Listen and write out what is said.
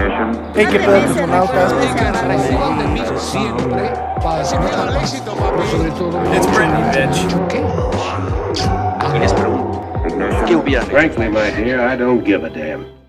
condition. Hay que Mándeme pedo tus ese monautas. recuerdo. siempre pasa nada. Pero sobre todo, It's Britney, bitch. ¿qué? Ignition. ¿Qué hubieran hecho? Frankly, my dear, I don't give a damn.